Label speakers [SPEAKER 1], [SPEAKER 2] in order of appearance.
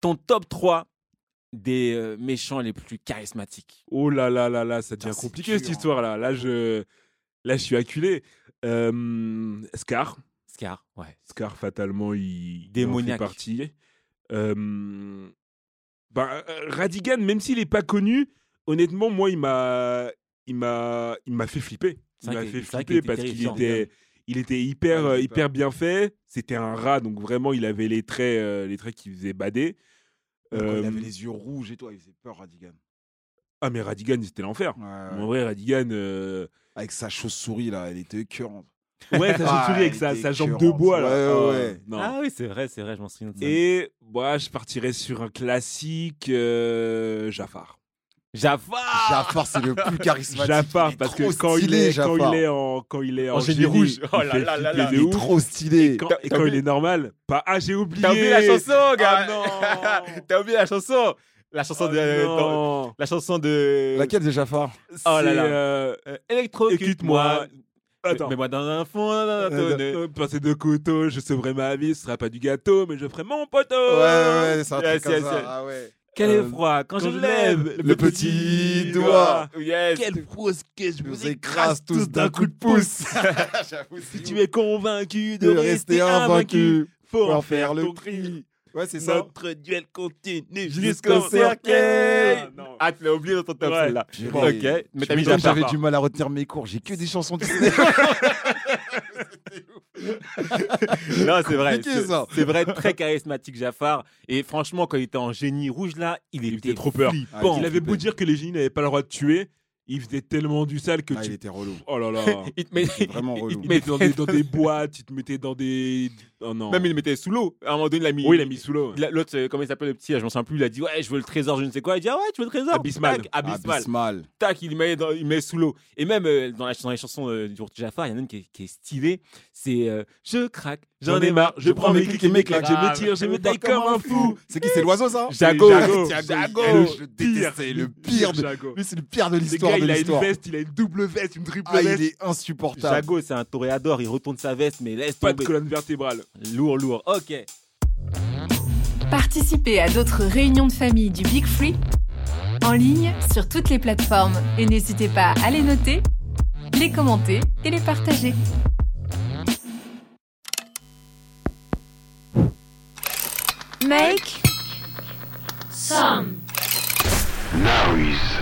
[SPEAKER 1] ton top 3 des euh, méchants les plus charismatiques.
[SPEAKER 2] Oh là là là là, ça devient
[SPEAKER 1] Putain, c'est
[SPEAKER 2] compliqué
[SPEAKER 1] dur,
[SPEAKER 2] cette
[SPEAKER 1] hein.
[SPEAKER 2] histoire-là. Là, je, là, je suis acculé. Euh, Scar,
[SPEAKER 1] Scar, ouais.
[SPEAKER 2] Scar, fatalement, il,
[SPEAKER 1] Démoniaque.
[SPEAKER 2] il en fait partie. Euh, ben, euh, Radigan, même s'il n'est pas connu, honnêtement, moi, il m'a, il m'a, il m'a fait flipper.
[SPEAKER 1] C'est
[SPEAKER 2] Il
[SPEAKER 1] vrai
[SPEAKER 2] m'a
[SPEAKER 1] qu'il-
[SPEAKER 2] fait
[SPEAKER 1] c'est vrai
[SPEAKER 2] flipper
[SPEAKER 1] qu'il
[SPEAKER 2] parce
[SPEAKER 1] était
[SPEAKER 2] qu'il
[SPEAKER 1] terrifiant.
[SPEAKER 2] était, il était hyper,
[SPEAKER 3] Ouais,
[SPEAKER 2] euh,
[SPEAKER 3] j'ai
[SPEAKER 2] hyper bien fait. C'était un rat, donc vraiment, il avait les traits, euh, les traits qui faisaient bader.
[SPEAKER 3] Bah, Quand Il
[SPEAKER 2] Euh,
[SPEAKER 3] avait les yeux rouges et tout, il faisait peur, Radigan.
[SPEAKER 2] Ah mais Radigan, c'était l'enfer.
[SPEAKER 3] Ouais,
[SPEAKER 2] En
[SPEAKER 3] ouais.
[SPEAKER 2] vrai, Radigan. euh,
[SPEAKER 3] Avec sa chauve-souris, là, elle était écœurante.
[SPEAKER 2] Ouais, ça
[SPEAKER 3] Ah,
[SPEAKER 2] se sourit avec
[SPEAKER 3] elle
[SPEAKER 2] sa,
[SPEAKER 3] était
[SPEAKER 2] sa jambe de
[SPEAKER 3] écœurante.
[SPEAKER 2] bois là.
[SPEAKER 3] Ouais,
[SPEAKER 2] Ah,
[SPEAKER 3] ouais.
[SPEAKER 2] non.
[SPEAKER 1] Ah oui, c'est vrai, c'est vrai, je m'en souviens de ça.
[SPEAKER 2] Et bah, je partirais sur un classique euh, Jafar.
[SPEAKER 1] Jafar
[SPEAKER 2] Ah
[SPEAKER 3] Jafar, c'est le plus charismatique.
[SPEAKER 2] Jafar,
[SPEAKER 3] est
[SPEAKER 2] parce
[SPEAKER 3] trop
[SPEAKER 2] que quand il
[SPEAKER 3] stylé,
[SPEAKER 2] est quand
[SPEAKER 3] Jafar.
[SPEAKER 2] il est en quand il est en,
[SPEAKER 1] En génie rouge. Oh
[SPEAKER 2] il
[SPEAKER 1] là
[SPEAKER 2] fait
[SPEAKER 1] là là
[SPEAKER 2] flipper
[SPEAKER 1] là.
[SPEAKER 2] de
[SPEAKER 3] Il est
[SPEAKER 2] ouf.
[SPEAKER 3] trop stylé.
[SPEAKER 2] Et quand, et
[SPEAKER 1] T'as
[SPEAKER 2] quand
[SPEAKER 1] vu-
[SPEAKER 2] il est normal, pas ah j'ai oublié.
[SPEAKER 1] T'as oublié la chanson,
[SPEAKER 2] Ah
[SPEAKER 1] gars
[SPEAKER 2] non.
[SPEAKER 1] T'as oublié la chanson La chanson
[SPEAKER 2] Ah
[SPEAKER 1] de... euh, dans-
[SPEAKER 2] non.
[SPEAKER 1] La chanson
[SPEAKER 2] euh,
[SPEAKER 1] de...
[SPEAKER 3] Laquelle de Jafar
[SPEAKER 1] Oh là
[SPEAKER 2] C'est,
[SPEAKER 1] là.
[SPEAKER 2] euh,
[SPEAKER 1] Euh, Électrocute-moi
[SPEAKER 2] Écoute-moi. Attends.
[SPEAKER 1] Mets-moi dans un fond d'un tonneau.
[SPEAKER 2] Euh, Passer de couteau, je sauverai ma vie, ce sera pas du gâteau, mais je ferai mon poteau.
[SPEAKER 3] Ouais, ouais, ouais, c'est un
[SPEAKER 1] Yes,
[SPEAKER 3] truc comme
[SPEAKER 1] yes,
[SPEAKER 3] ça.
[SPEAKER 1] yes.
[SPEAKER 3] Ah ouais.
[SPEAKER 1] Quel
[SPEAKER 2] Euh,
[SPEAKER 1] effroi quand,
[SPEAKER 2] quand
[SPEAKER 1] je
[SPEAKER 2] je
[SPEAKER 1] lève
[SPEAKER 2] lève
[SPEAKER 1] le,
[SPEAKER 3] le
[SPEAKER 1] petit
[SPEAKER 3] petit
[SPEAKER 1] doigt.
[SPEAKER 3] doigt.
[SPEAKER 1] Yes.
[SPEAKER 2] Quelle fausse que je
[SPEAKER 3] Je
[SPEAKER 2] vous écrase tous d'un coup de pouce.
[SPEAKER 3] pouce. J'avoue,
[SPEAKER 2] Si
[SPEAKER 3] c'est
[SPEAKER 2] tu
[SPEAKER 3] ouf.
[SPEAKER 2] es convaincu de,
[SPEAKER 3] de rester invaincu.
[SPEAKER 2] faut
[SPEAKER 3] Pour
[SPEAKER 2] en faire le cri.
[SPEAKER 3] prix. Ouais, c'est ça.
[SPEAKER 1] Notre duel continue
[SPEAKER 3] Jusqu'au
[SPEAKER 1] jusqu'au cercueil.
[SPEAKER 2] Ah, non.
[SPEAKER 1] Ah, tu l'as oublié dans ton top
[SPEAKER 2] Ouais.
[SPEAKER 1] celle-là.
[SPEAKER 3] Purée.
[SPEAKER 1] Ok, mais
[SPEAKER 3] Je
[SPEAKER 1] t'as mis
[SPEAKER 3] me demande,
[SPEAKER 1] Jafar.
[SPEAKER 3] J'avais du mal à retenir mes cours. J'ai que des chansons
[SPEAKER 2] Ah,
[SPEAKER 3] Disney.
[SPEAKER 1] Non, c'est vrai.
[SPEAKER 3] Compliqué,
[SPEAKER 1] C'est
[SPEAKER 3] ça.
[SPEAKER 1] c'est vrai, très charismatique Jafar. Et franchement, quand il était en génie rouge là, il
[SPEAKER 2] Il
[SPEAKER 1] était,
[SPEAKER 2] était trop peur.
[SPEAKER 1] flippant.
[SPEAKER 3] Ah,
[SPEAKER 2] Il avait beau dire que les génies n'avaient pas le droit de tuer, il faisait tellement du sale que
[SPEAKER 3] Ah,
[SPEAKER 2] tu.
[SPEAKER 3] il était relou.
[SPEAKER 2] Oh là là.
[SPEAKER 1] hein. Il te met-
[SPEAKER 3] était vraiment
[SPEAKER 1] il-
[SPEAKER 3] relou.
[SPEAKER 1] il
[SPEAKER 2] Il
[SPEAKER 1] te met
[SPEAKER 2] était dans des, dans des boîtes, il te mettait dans des. Oh non.
[SPEAKER 1] Même il le mettait sous l'eau. À un moment donné, il l'a mis.
[SPEAKER 2] Oui, il a mis sous l'eau.
[SPEAKER 1] La- L'autre, euh, comment il s'appelle le petit, là, je m'en souviens plus, il a dit Ouais, je veux le trésor, je ne sais quoi. Il dit Ah ouais, tu veux le trésor
[SPEAKER 2] Abysmal.
[SPEAKER 1] Tac, Abysmal.
[SPEAKER 3] Abysmal.
[SPEAKER 1] Tac, il met, dans- il met sous l'eau. Et même euh, dans, la- dans les chansons euh, du Retour de Jafar, il y en a une qui est, qui est stylée c'est euh, Je craque, j'en ai marre, je prends mes clics et mes claques, je me tire, je me taille comme un fou.
[SPEAKER 3] C'est qui C'est l'oiseau, ça
[SPEAKER 1] Jago.
[SPEAKER 2] Jago.
[SPEAKER 3] Jago.
[SPEAKER 2] Jago.
[SPEAKER 3] Je détestais le pire. de-
[SPEAKER 2] Jago.
[SPEAKER 3] Lui, c'est le pire de
[SPEAKER 2] Le
[SPEAKER 3] l'histoire
[SPEAKER 2] gars,
[SPEAKER 3] de
[SPEAKER 2] il a une
[SPEAKER 3] l'histoire.
[SPEAKER 2] veste, il a une double veste, une triple
[SPEAKER 3] Ah, il
[SPEAKER 2] veste.
[SPEAKER 3] est insupportable.
[SPEAKER 1] Jago, c'est un toréador, il retourne sa veste, mais laisse
[SPEAKER 2] Pas de
[SPEAKER 1] tomber.
[SPEAKER 2] colonne vertébrale.
[SPEAKER 1] Lourd, lourd. Ok.
[SPEAKER 4] Participez à d'autres réunions de famille du Big Free en ligne sur toutes les plateformes et n'hésitez pas à les noter, les commenter et les partager. Make
[SPEAKER 5] Some
[SPEAKER 6] Noise.